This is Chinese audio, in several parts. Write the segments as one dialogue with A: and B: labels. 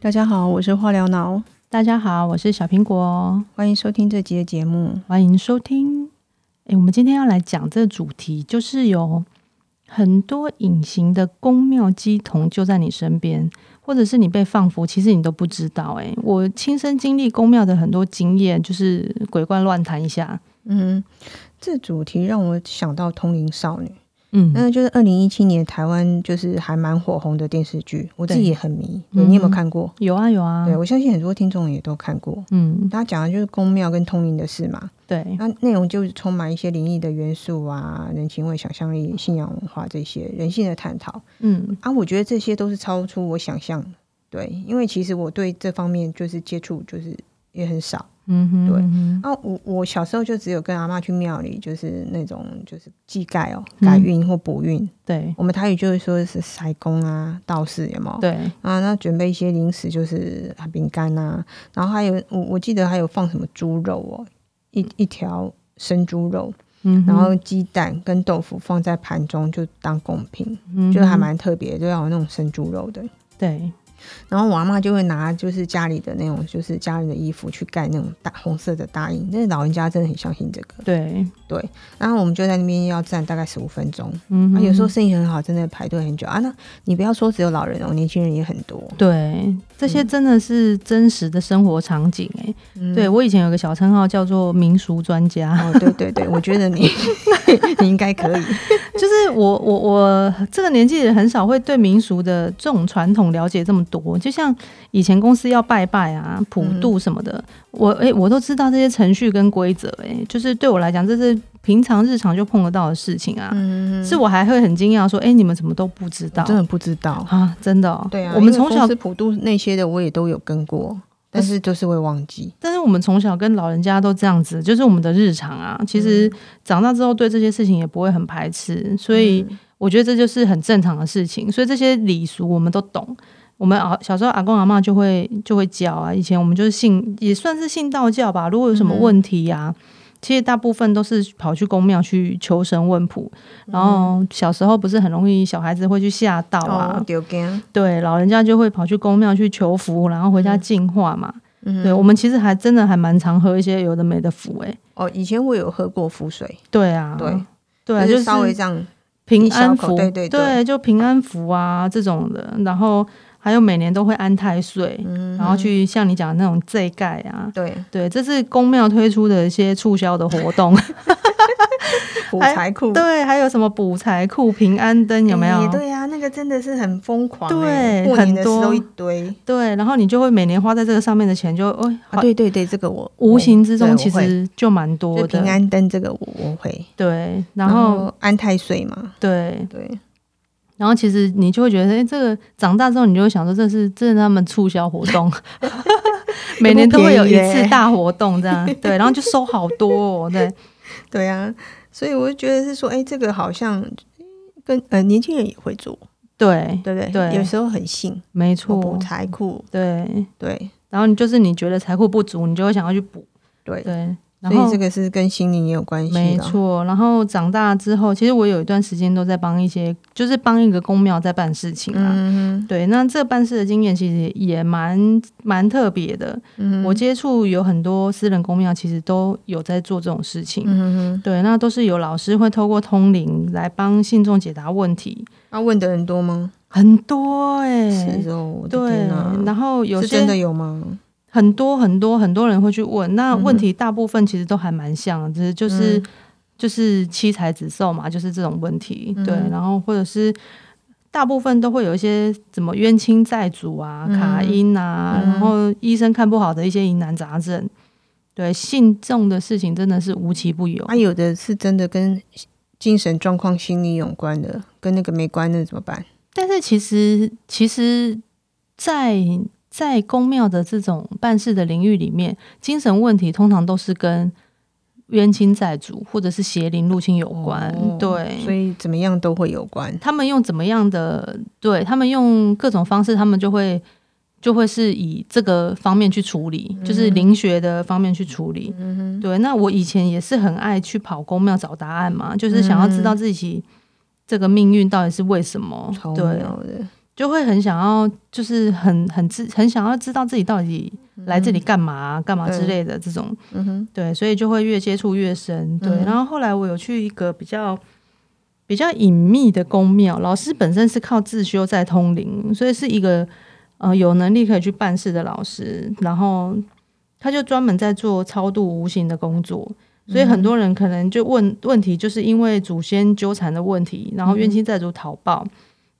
A: 大家好，我是化疗脑，
B: 大家好，我是小苹果，
A: 欢迎收听这集的节目。
B: 欢迎收听。诶，我们今天要来讲这个主题，就是有很多隐形的宫庙鸡童就在你身边，或者是你被放服，其实你都不知道。诶，我亲身经历宫庙的很多经验，就是鬼怪乱谈一下。
A: 嗯，这主题让我想到《通灵少女》，
B: 嗯，
A: 那就是二零一七年台湾就是还蛮火红的电视剧，我自己
B: 对
A: 也很迷。
B: 嗯
A: 你有没有看过？
B: 有啊有啊
A: 对，我相信很多听众也都看过。
B: 嗯，
A: 他讲的就是宫庙跟通灵的事嘛，
B: 对，
A: 那内容就是充满一些灵异的元素啊、人情味、想象力、信仰文化这些人性的探讨
B: 嗯
A: 啊。我觉得这些都是超出我想象的，对，因为其实我对这方面就是接触就是也很少。
B: 嗯哼，
A: 对
B: 嗯哼
A: 啊，我我小时候就只有跟阿妈去庙里，就是那种就是祭盖哦，
B: 嗯
A: 改运或补运。
B: 对
A: 我们台语就会说是塞公啊、道士有没有？
B: 对，
A: 啊，那准备一些零食，就是啊饼干啊，然后还有我我记得还有放什么猪肉哦，一一条生猪肉，
B: 嗯哼，
A: 然后鸡蛋跟豆腐放在盘中就当贡品，
B: 嗯哼
A: 就还蛮特别，就要有那种生猪肉的。
B: 对，
A: 然后我阿妈就会拿就是家里的那种就是家里的衣服去盖那种大红色的大印，那老人家真的很相信这个。
B: 对，
A: 然后我们就在那边要站大概十五分钟，
B: 嗯
A: 啊，
B: 哼，
A: 有时候生意很好，真的排队很久啊。那你不要说只有老人哦，年轻人也很 多。
B: 对，这些
A: 嗯
B: 真的是真实的生活场景哎、
A: 嗯
B: 对我以前有个小称号叫做民俗 专家，
A: 哦，对对对，我觉得 你你应该可以。
B: 就是我我我这个年纪的人很少会对民俗的这种传统了解这么多。就像以前公司要拜拜啊、普渡
A: 嗯
B: 什么的，我诶、我都知道这些程序跟规则诶，就是对我来讲这是平常日常就碰得到的事情啊。
A: 嗯，
B: 是我还会很惊讶说，诶，欸你们怎么都不知道
A: 真的不知道。
B: 啊？真的哦，
A: 对啊，
B: 我们从
A: 因为
B: 小
A: 公司普渡那些的我也都有跟过，但是就是会忘记。
B: 但是我们从小跟老人家都这样子，就是我们的日常啊。其实长大之后对这些事情也不会很排斥，所以我觉得这就是很正常的事情。所以这些礼俗我们都懂。我们啊小时候阿公阿妈就会就会教啊，以前我们就是信也算是信道教吧。如果有什么问题呀、其实大部分都是跑去公庙去求神问卜。然后小时候不是很容易小孩子会去吓到啊，
A: 哦，丢干。
B: 对，老人家就会跑去公庙去求福，然后回家净化嘛。
A: 嗯
B: 对，我们其实还真的还蛮常喝一些有的没的福哎、
A: 哦，以前我有喝过符水，
B: 对啊，
A: 对，
B: 对啊，就
A: 就是稍微这样。
B: 平安
A: 一小口
B: 福，
A: 对对对
B: 就平安福啊这种的，然后还有每年都会安太岁，
A: 嗯
B: 然后去像你讲的那种祭盖啊，
A: 对
B: 对，这是公庙推出的一些促销的活 动，
A: 补
B: 还
A: 财库。
B: 对，还有什么补财库、平安灯有没有？
A: 欸对啊，那个真的是很疯狂、欸，
B: 对
A: 过年的时
B: 很
A: 候
B: 多
A: 一堆。
B: 对然后你就会每年花在这个上面的钱就，哎，
A: 啊，
B: 好，
A: 对对对，这个我
B: 无形之
A: 对
B: 中
A: 我
B: 其
A: 会
B: 实就蛮多
A: 就
B: 的，
A: 平安灯这个我我会，
B: 对，
A: 然
B: 然后
A: 后安太岁嘛，
B: 对，
A: 对，
B: 然后其实你就会觉得，哎、这个长大之后，你就会想说，这是这是他们促销活 动，每年都会有一次大活动这样，对，然后就收好多、哦， 对，
A: 对啊，所以我就觉得是说，哎、这个好像嗯跟呃年轻人也会做，
B: 对，
A: 对不对？
B: 对
A: 有时候很信
B: 没
A: 补
B: 错，
A: 财库，
B: 对，
A: 对
B: 然后你就是你觉得财库不足，你就会想要去补，
A: 对，
B: 对，然
A: 所以
B: 后
A: 这个是跟心灵也有关系啦，
B: 没错，然后长大之后，其实我有一段时间都在帮一些，就是帮一个公庙在办事情啊，
A: 嗯哼，
B: 对，那这办事的经验其实也蛮蛮特别的。
A: 嗯
B: 我接触有很多私人公庙，其实都有在做这种事情。
A: 嗯哼哼，
B: 对，那都是有老师会透过通灵来帮信众解答问题，
A: 那、啊问的人多吗？
B: 很多哎、
A: 是哦，我的
B: 对
A: 天哪，，
B: 然后有
A: 是
B: 些
A: 真的有吗？
B: 很多很多很多人会去问，那问题大部分其实都还蛮像，只是就是、
A: 嗯
B: 就是七财子寿嘛，就是这种问题。
A: 嗯
B: 对，然后或者是大部分都会有一些怎么冤亲债主啊、
A: 嗯
B: 卡因啊，
A: 嗯
B: 然后医生看不好的一些疑难杂症。对，信众的事情真的是无奇不有。
A: 啊，有的是真的跟精神状况、心理有关的，跟那个没关，那怎么办？
B: 但是其实，其实在，在公庙的这种办事的领域里面，精神问题通常都是跟冤亲债主或者是邪灵入侵有关。
A: 哦所
B: 对，
A: 以怎么样都会有关。
B: 他们用怎么样的？对他们用各种方式，他们就会就会是以这个方面去处理，就是灵学的方面去处理。
A: 嗯
B: 对，那我以前也是很爱去跑公庙找答
A: 嗯
B: 案嘛，就是想要知道自己这个命运到底是为什么
A: 哼，超。
B: 对，
A: 妙的。
B: 就会很想要，就是很很知很想要知道自己到底来这里干嘛啊、干、嘛之类的这种，
A: 嗯哼，
B: 对，所以就会越接触越深。对，
A: 嗯
B: 然后后来我有去一个比较比较隐秘的宫庙，老师本身是靠自修在通灵，所以是一个呃有能力可以去办事的老师，然后他就专门在做超度无形的工作。所以
A: 嗯
B: 很多人可能就问问题，就是因为祖先纠缠的问题，然后
A: 嗯
B: 冤亲债主讨报，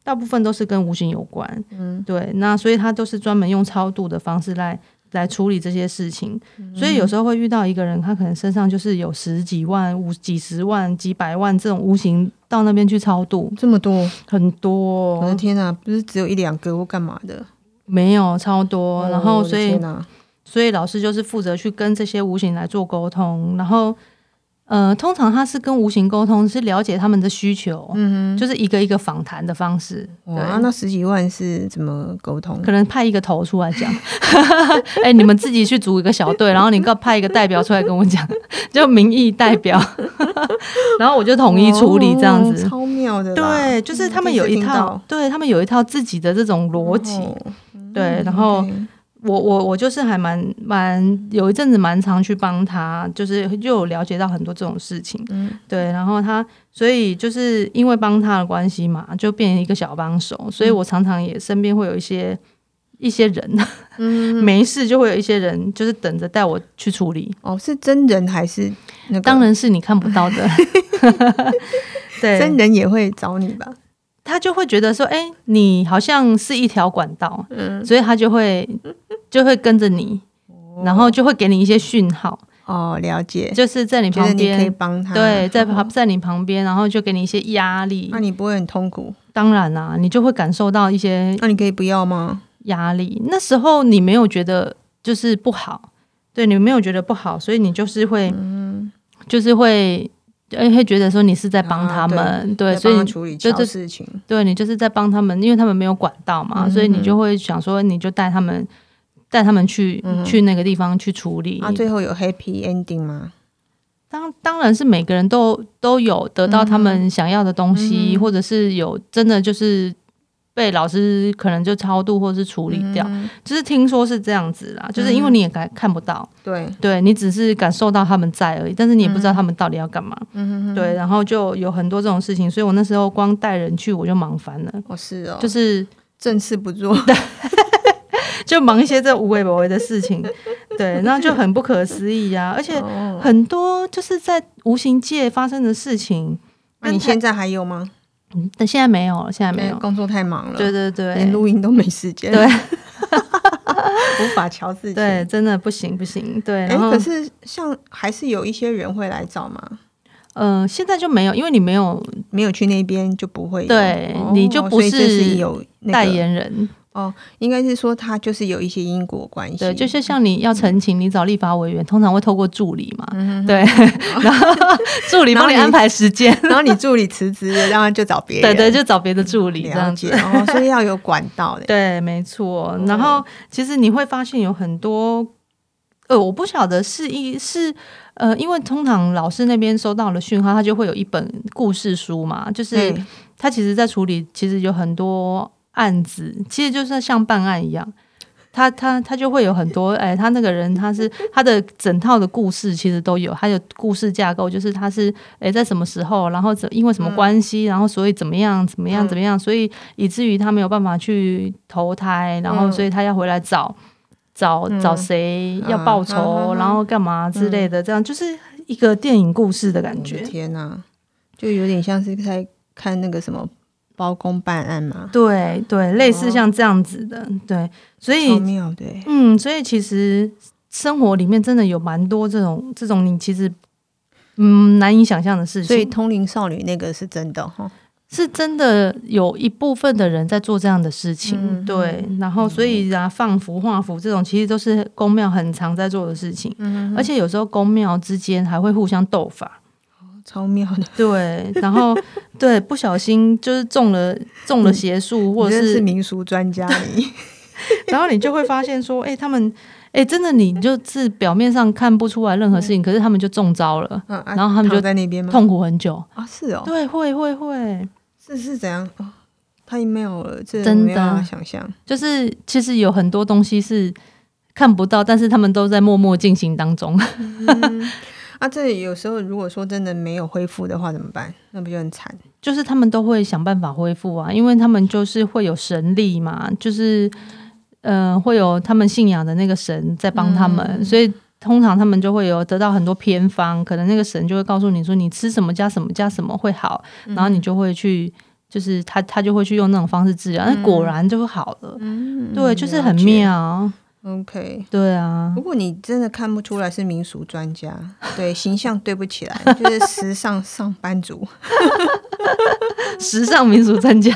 B: 大部分都是跟无形有关。
A: 嗯
B: 对，那所以他都是专门用超度的方式来来处理这些事情。所以有时候会遇到一个人，他可能身上就是有十几万、五几十万、几百万这种无形到那边去超度，
A: 这么多，
B: 很多
A: 我的
B: 哦，
A: 天哪、不是只有一两个或干嘛的，哦
B: 没有超多。哦然后
A: 我的
B: 所以
A: 天啊哪、
B: 所以老师就是负责去跟这些无形来做沟通，然后。呃，通常他是跟无形沟通，是了解他们的需求，嗯，就是一个一个访谈的方式。对
A: 哇，哦啊那十几万是怎么沟通？
B: 可能派一个头出来讲， 哎、你们自己去组一个小队，然后你各派一个代表出来跟我讲， 就民意代表， 然后我就统一处理这样
A: 哦
B: 子。
A: 超妙的啦。嗯
B: 对，就是他们有一套，对他们有一套自己的这种逻辑。
A: 哦
B: 对，然后
A: OK
B: 我我我就是还蛮蛮有一阵子蛮常去帮他，就是就有了解到很多这种事情。
A: 嗯
B: 对，然后他所以就是因为帮他的关系嘛，就变成一个小帮手，所以我常常也身边会有一些一些人，
A: 嗯，
B: 没事就会有一些人就是等着带我去处理，
A: 哦，是真人还是那个？
B: 当然是你看不 到的。
A: 真
B: 对，
A: 人也会找你吧？
B: 他就会觉得说，哎、你好像是一条管道，
A: 嗯，
B: 所以他就会就会跟着你，然后就会给你一些讯号，
A: 哦，了解，
B: 就是在你
A: 觉得
B: 旁
A: 你可以
B: 边。
A: 帮他，
B: 对，在
A: 哦
B: 旁在你旁边，然后就给你一些压力
A: 啊那。你不会很痛苦？
B: 当然啦、你就会感受到一些
A: 那你可以不要吗？
B: 压力。那时候你没有觉得就是不好，对你没有觉得不好，所以你就是会，
A: 嗯
B: 就是会，哎，会觉得说你是在帮他们，
A: 啊
B: 对，
A: 要
B: 所
A: 帮他
B: 以
A: 处理这
B: 就
A: 件
B: 就
A: 事情，
B: 对你就是在帮他们，因为他们没有管道嘛，
A: 嗯
B: 所以你就会想说，你就带他们。带他们去、
A: 嗯
B: 去那个地方去处理，
A: 啊，最后有 happy ending 吗？
B: 当当然是每个人都都有得到他
A: 嗯
B: 们想要的东西，或者是有真的就是被老师可能就超度或是处理掉，
A: 嗯
B: 就是听说是这样子啦，就是因为你也感看不到，
A: 对，
B: 对你只是感受到他们在而已，但是你也不
A: 嗯
B: 知道他们到底要干嘛，对，然后就有很多这种事情，所以我那时候光带人去我就忙翻了，
A: 哦是哦，
B: 就是是
A: 正事不做，
B: 就忙一些这无为不为的事情， 对，那就很不可思议啊，而且
A: 哦，
B: 很多就是在无形界发生的事情，
A: 那你
B: 跟台
A: 现在还有吗？
B: 嗯但现在没有，现在没有，
A: 工作太忙了，
B: 对对
A: 连
B: 对。
A: 录音都没时间，
B: 对，
A: 无法瞧事情。
B: 对，真的不行不行，对，
A: 哎、
B: 然后
A: 可是像还是有一些人会来找嘛，
B: 呃，现在就没有，因为你没有
A: 没有去那边就不会有，
B: 对
A: 哦
B: 你就不
A: 所以这是
B: 是
A: 有、那个
B: 代，言人，
A: 应该是说他就是有一些因果关系，
B: 对，就是像你要澄清，你找立法委员，通常会透过助理嘛，
A: 嗯
B: 对，然后助理帮
A: 然后
B: 你
A: 你
B: 安排时间，
A: 然后你助理辞职了，然后就找别
B: 对
A: 人，
B: 对，就找别的助理这
A: 了
B: 样
A: 解
B: 子。
A: 哦，所以要有管道 的，
B: 对，没错。然后其实你会发现有很多，呃，我不晓得是一是呃，因为通常老师那边收到了讯号，他就会有一本故事书嘛，就是
A: 嗯
B: 他其实在处理，其实有很多案子，其实就是像办案一样。他他他就会有很多，哎，他那个人他是他的整套的故事其实都有，他有故事架构，就是他是哎在什么时候，然后怎因为什么关系，然后所以怎么样怎么样
A: 嗯
B: 怎么样，所以以至于他没有办法去投胎，然后
A: 嗯
B: 所以他要回来找找找
A: 嗯
B: 谁
A: 啊
B: 要报
A: 啊啊
B: 仇，
A: 啊
B: 然后干嘛之类的，这样就是一个电影故事的感
A: 我的
B: 觉。
A: 天哪、就有点像是在看那个什么包公办案嘛，
B: 对对，类
A: 哦
B: 似像这样子的，对，所
A: 超
B: 以
A: 妙的欸，
B: 嗯，所以其实生活里面真的有蛮多这种这种你其实嗯难以想象的事情，
A: 所以通灵少女那个是真的哈，
B: 是真的有一部分的人在做这样的事情，
A: 嗯
B: 对，然后所以啊放符画符这种其实都是公庙很常在做的事情，
A: 嗯
B: 而且有时候公庙之间还会互相斗法，
A: 超妙的，
B: 对，然后 对不小心就是中了中了邪术或
A: 嗯你
B: 者
A: 真的是
B: 是
A: 民俗专家 你。
B: 然后你就会发现说，哎、他们，哎、真的，你就是表面上看不出来任何事情，可是他们就中招了，
A: 嗯啊
B: 然后他们
A: 躺
B: 就
A: 在那边吗？
B: 痛苦很久。
A: 啊，是哦，
B: 对，会会会，
A: 是是怎样？哦太没有了，这
B: 真的
A: 没有办法想象。
B: 就是其实有很多东西是看不到，但是他们都在默默进行当中。
A: 啊，这有时候如果说真的没有恢复的话，怎么办？那不就很惨？
B: 就是他们都会想办法恢复啊，因为他们就是会有神力嘛，就是呃会有他们信仰的那个神在帮他们，
A: 嗯
B: 所以通常他们就会有得到很多偏方，可能那个神就会告诉你说你吃什么加什么加什么会好，
A: 嗯
B: 然后你就会去。就是他，他就会去用那种方式治疗，那、果然就会好了。
A: 嗯，
B: 对，就是很
A: 了解。
B: 妙。
A: OK，
B: 对啊
A: 如，果你真的看不出来是民俗专家，对形象对不起 来，就是时尚上班族，嗯
B: 时尚民俗专家。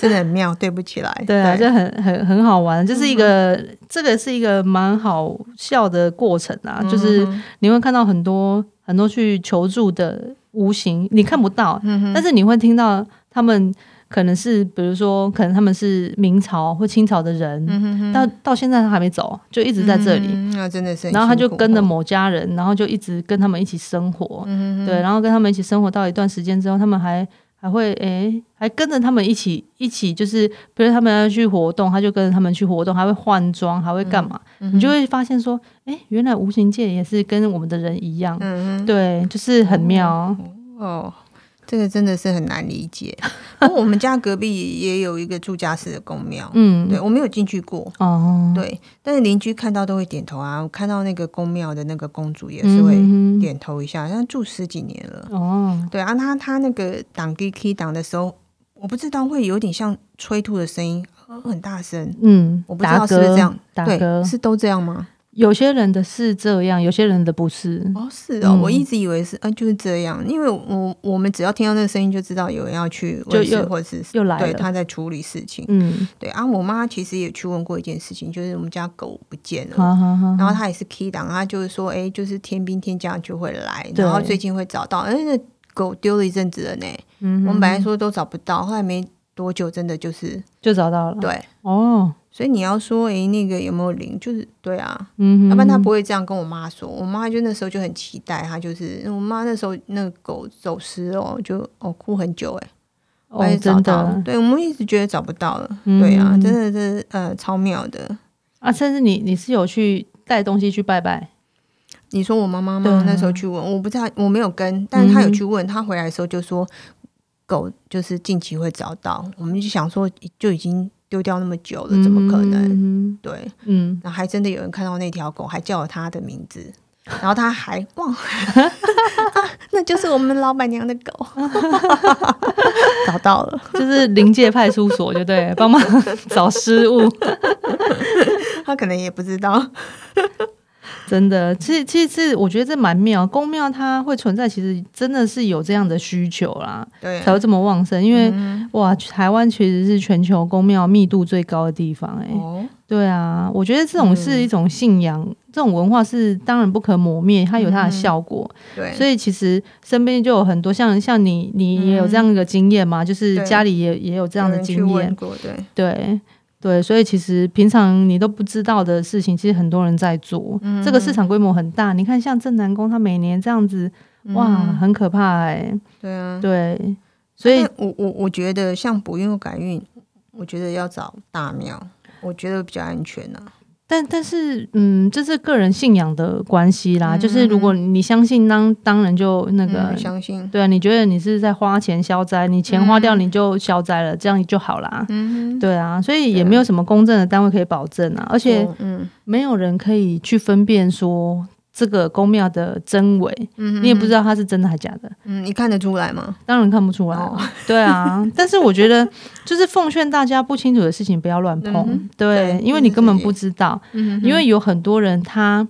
A: 真的很妙，对嗯不起来。
B: 对啊，就很很很好玩，就是一个、这个是一个蛮好笑的过程啊，
A: 嗯
B: 就是你会看到很多很多去求助的无形，你看不到，
A: 嗯
B: 但是你会听到他们可能是比如说可能他们是明朝或清朝的人，到到现在他还没走，就一直在这里。
A: 嗯，那真的是很辛苦哦。嗯
B: 然后他就跟着某家人，然后就一直跟他们一起生活，对，然后跟他们一起生活到一段时间之后，他们还还会诶、还跟着他们一起一起，就是比如他们要去活动，他就跟着他们去活动，还会换装，还会
A: 嗯
B: 干嘛？你就会发现说，诶、原来无形界也是跟我们的人一样，
A: 嗯
B: 对，就是很妙。
A: 哼哦，这个真的是很难理 解。不过我们家隔壁也有一个住家式的公庙，
B: 嗯，
A: 对我没有进去过，
B: 哦，
A: 对，但是邻居看到都会点头啊。我看到那个宫庙的那个公主也
B: 嗯
A: 是会
B: 哼
A: 点头一下，她住十几年了。
B: 哦，
A: 对啊，她她那个挡 D K 挡的时候，我不知道会有点像催吐的声音，呃很大声。
B: 嗯，
A: 我不知道是不是这样，
B: 打嗝，打
A: 对，
B: 嗝，
A: 是都这样吗？
B: 有些人的是这样，有些人的不是，
A: 哦，是哦，
B: 嗯
A: 我一直以为是，嗯、就是这样，因为我我们只要听到那个声音，就知道有人要去
B: 就
A: 问事
B: 又
A: 或者是
B: 又来
A: 对
B: 了，
A: 他在处理事情。
B: 嗯，
A: 对啊，我妈其实也去问过一件事情，就是我们家狗不见了，
B: 好好好，
A: 然后他也是 key 档，他就是说，哎、就是天兵天将就会来，
B: 对
A: 然后最近会找到，哎、那狗丢了一阵子了呢。
B: 嗯哼
A: 我们本来说都找不到，后来没多久，真的就是
B: 就找到了。
A: 对。
B: 哦，
A: 所以你要说，哎、那个有没有灵？就是对啊，
B: 嗯哼，
A: 要不然他不会这样跟我妈说。我妈就那时候就很期待，她就是嗯我妈那时候那个狗走失哦，就哦哭很久哎、后来
B: 哦，
A: 就找
B: 真
A: 到了
B: 的
A: 对我们一直觉得找不到了，
B: 嗯
A: 对啊，真的是呃超妙的。
B: 啊，甚至你你是有去带东西去拜拜，
A: 你说我妈妈
B: 对啊
A: 吗？那时候去问，我不知道，我没有跟，但是她有去问，她回来的时候就说狗就是近期会找到，我们就想说就已经丢掉那么久呃了，怎么可能？
B: 嗯
A: 对，
B: 哼嗯，
A: 然后还真的有人看到那条狗，还叫了它的名字，然后他还忘了，那就是我们老板娘的狗， 找到了，
B: 就是临界派出所，就 对了，帮忙 找失物，
A: 他可能也不知道，
B: 真的，其实其实是我觉得这蛮妙，公庙它会存在，其实真的是有这样的需求啦，
A: 对嗯
B: 才，会这么旺盛，因为、哇，台湾其实是全球公庙密度最高的地方、欸，哎、
A: 哦，
B: 对啊，我觉得这种是
A: 嗯
B: 一种信仰，这种文化是当然不可磨灭，它有它的
A: 嗯
B: 效果。
A: 对，
B: 所以其实身边就有很多像像你，你也有这样一个经验嘛，就是
A: 嗯对
B: 家里也也有这样的
A: 有人去
B: 经
A: 问
B: 验，
A: 过，对，
B: 对对，所以其实平常你都不知道的事情，其实很多人在做，
A: 嗯
B: 这个市场规模很大。你看像正南宫，它每年这样子，
A: 嗯
B: 哇，很可怕哎、
A: 对啊，
B: 对，所以
A: 但我我我觉得像补运或改运，我觉得要找大庙，我觉得比较安全啊呢、
B: 但但是，嗯，这是个人信仰的关系啦。就是如果你相信当，当然就那个，
A: 嗯相信，
B: 对啊，你觉得你是在花钱消灾，你钱花掉你就消灾了，这样就好啦。
A: 嗯，
B: 对啊，所以
A: 对
B: 也
A: 啊
B: 没有什么公正的单位可以保证啊，而且
A: 我嗯
B: 没有人可以去分辨说这个公庙的真伪，
A: 嗯，
B: 你也不知道它是真的还是假的。
A: 嗯，你看得出来吗？
B: 当然看不出来啊、
A: 哦
B: 对啊。但是我觉得，就是奉劝大家不清楚的事情不要乱碰，
A: 嗯哼
B: 对
A: 对，
B: 因为你根本不知道，
A: 嗯
B: 因为有很多人他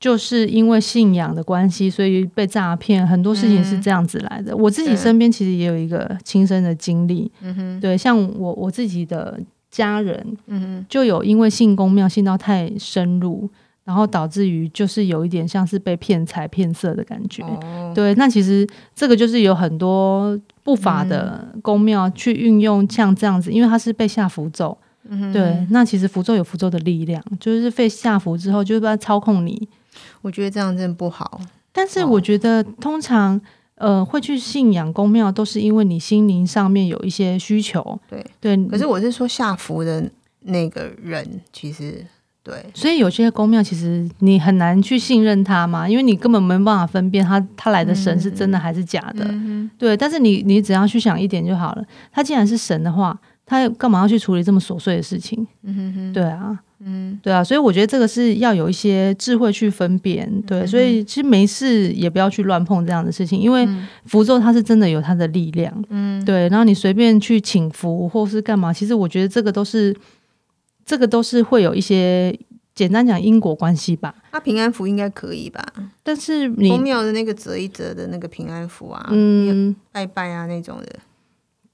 B: 就是因为信仰的关系，所以被诈骗，很多事情是这样子来的。我自己
A: 嗯对
B: 身边其实也有一个亲身的经历，
A: 嗯哼，
B: 对，像我我自己的家人
A: 嗯
B: 就有因为信公庙信到太深入。然后导致于就是有一点像是被骗财骗色的感觉，
A: 哼，哦，
B: 对，那其实这个就是有很多不法的
A: 嗯
B: 公庙去运用像这样子，因为它是被下符咒。
A: 嗯哼
B: 对，，那其实符咒有符咒的力量，就是被下符之后就会把它操控你。
A: 我觉得这样真的不好，
B: 但是我觉得通常。呃，会去信仰公庙，都是因为你心灵上面有一些需求。
A: 对
B: 对，
A: 可是我是说下服的那个人，其实对
B: 所以有些公庙其实你很难去信任他嘛，因为你根本没办法分辨他他来的神是真的还是假的。对，但是你你只要去想一点就好了，他既然是神的话，他干嘛要去处理这么琐碎的事情？
A: 嗯
B: 对啊，嗯，对啊，所以我觉得这个是要有一些智慧去分辨。对，所以其实没事也不要去乱碰这样的事情，因为符咒它是真的有它的力量。嗯，对，然后你随便去请符或是干嘛，其实我觉得这个都是。这个都是会有一些简单讲因果关系吧。
A: 那啊平安符应该可以吧？
B: 但是
A: 公
B: 你
A: 庙的那个折一折的那个平安符啊，
B: 嗯，
A: 拜拜啊那种的，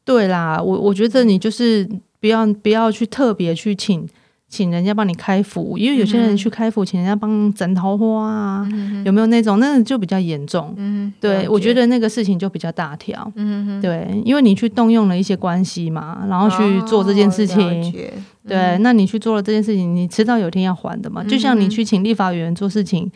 B: 对啦，我我觉得你就是不要不要去特别去请请人家帮你开符，因为有些人去开符，请人家帮斩桃花啊，有没有那种？那就比较严重。
A: 嗯，
B: 对，我觉
A: 得，
B: 得那个事情就比较大条。
A: 嗯，
B: 对，因为你去动用了一些关系嘛，然后去做这件事
A: 哦了
B: 情。
A: 解
B: 对，那你去做了这件事情，你迟早有一天要还的嘛。
A: 嗯
B: 就像你去请立法委员做事情，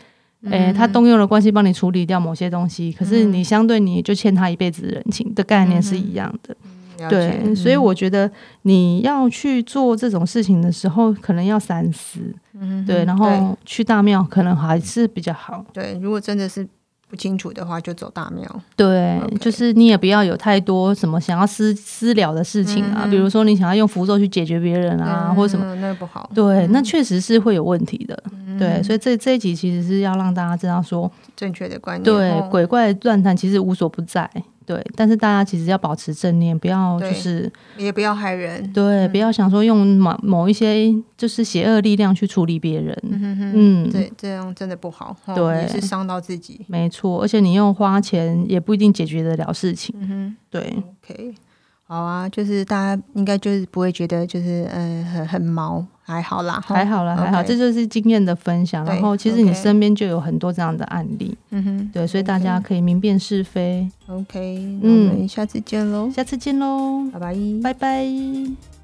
B: 诶、哎他动用了关系帮你处理掉某些东西，可是你相对你就欠他一辈子的人情的概念是一样的。
A: 嗯了解
B: 对，所以我觉得你要去做这种事情的时候，可能要三思。
A: 嗯
B: 对，然后去大庙可能还是比较好。
A: 对，如果真的是不清楚的话，就走大庙。
B: 对
A: OK
B: 就是你也不要有太多什么想要私私了的事情啊，比如说你想要用符咒去解决别人啊，或者什么。
A: 嗯嗯那不好。嗯
B: 对，那确实是会有问题的。对，所以这这一集其实是要让大家知道说，
A: 正确的观念，
B: 对、
A: 哦
B: 鬼怪乱谈其实无所不在。对，但是大家其实要保持正念，不要
A: 对嗯
B: 就是
A: 也不要害人。
B: 对，不要想说用某某一些就是邪恶力量去处理别人。嗯
A: 对，这样真的不好，哦
B: 对
A: 也是伤到自己。
B: 没错，而且你用花钱也不一定解决得了事情。
A: 嗯
B: 对，
A: 哼，OK，好啊，就是大家应该就是不会觉得就是呃很很毛，还好啦，哈
B: 还好啦，还好，
A: OK
B: 这就是经验的分享。
A: 对
B: 然后其实你
A: OK
B: 身边就有很多这样的案例。
A: 嗯哼
B: 对，所以大家可以明辨是非。
A: ，OK，那
B: 嗯
A: 我们下次见喽，
B: 下次见喽，
A: 拜拜。
B: 拜拜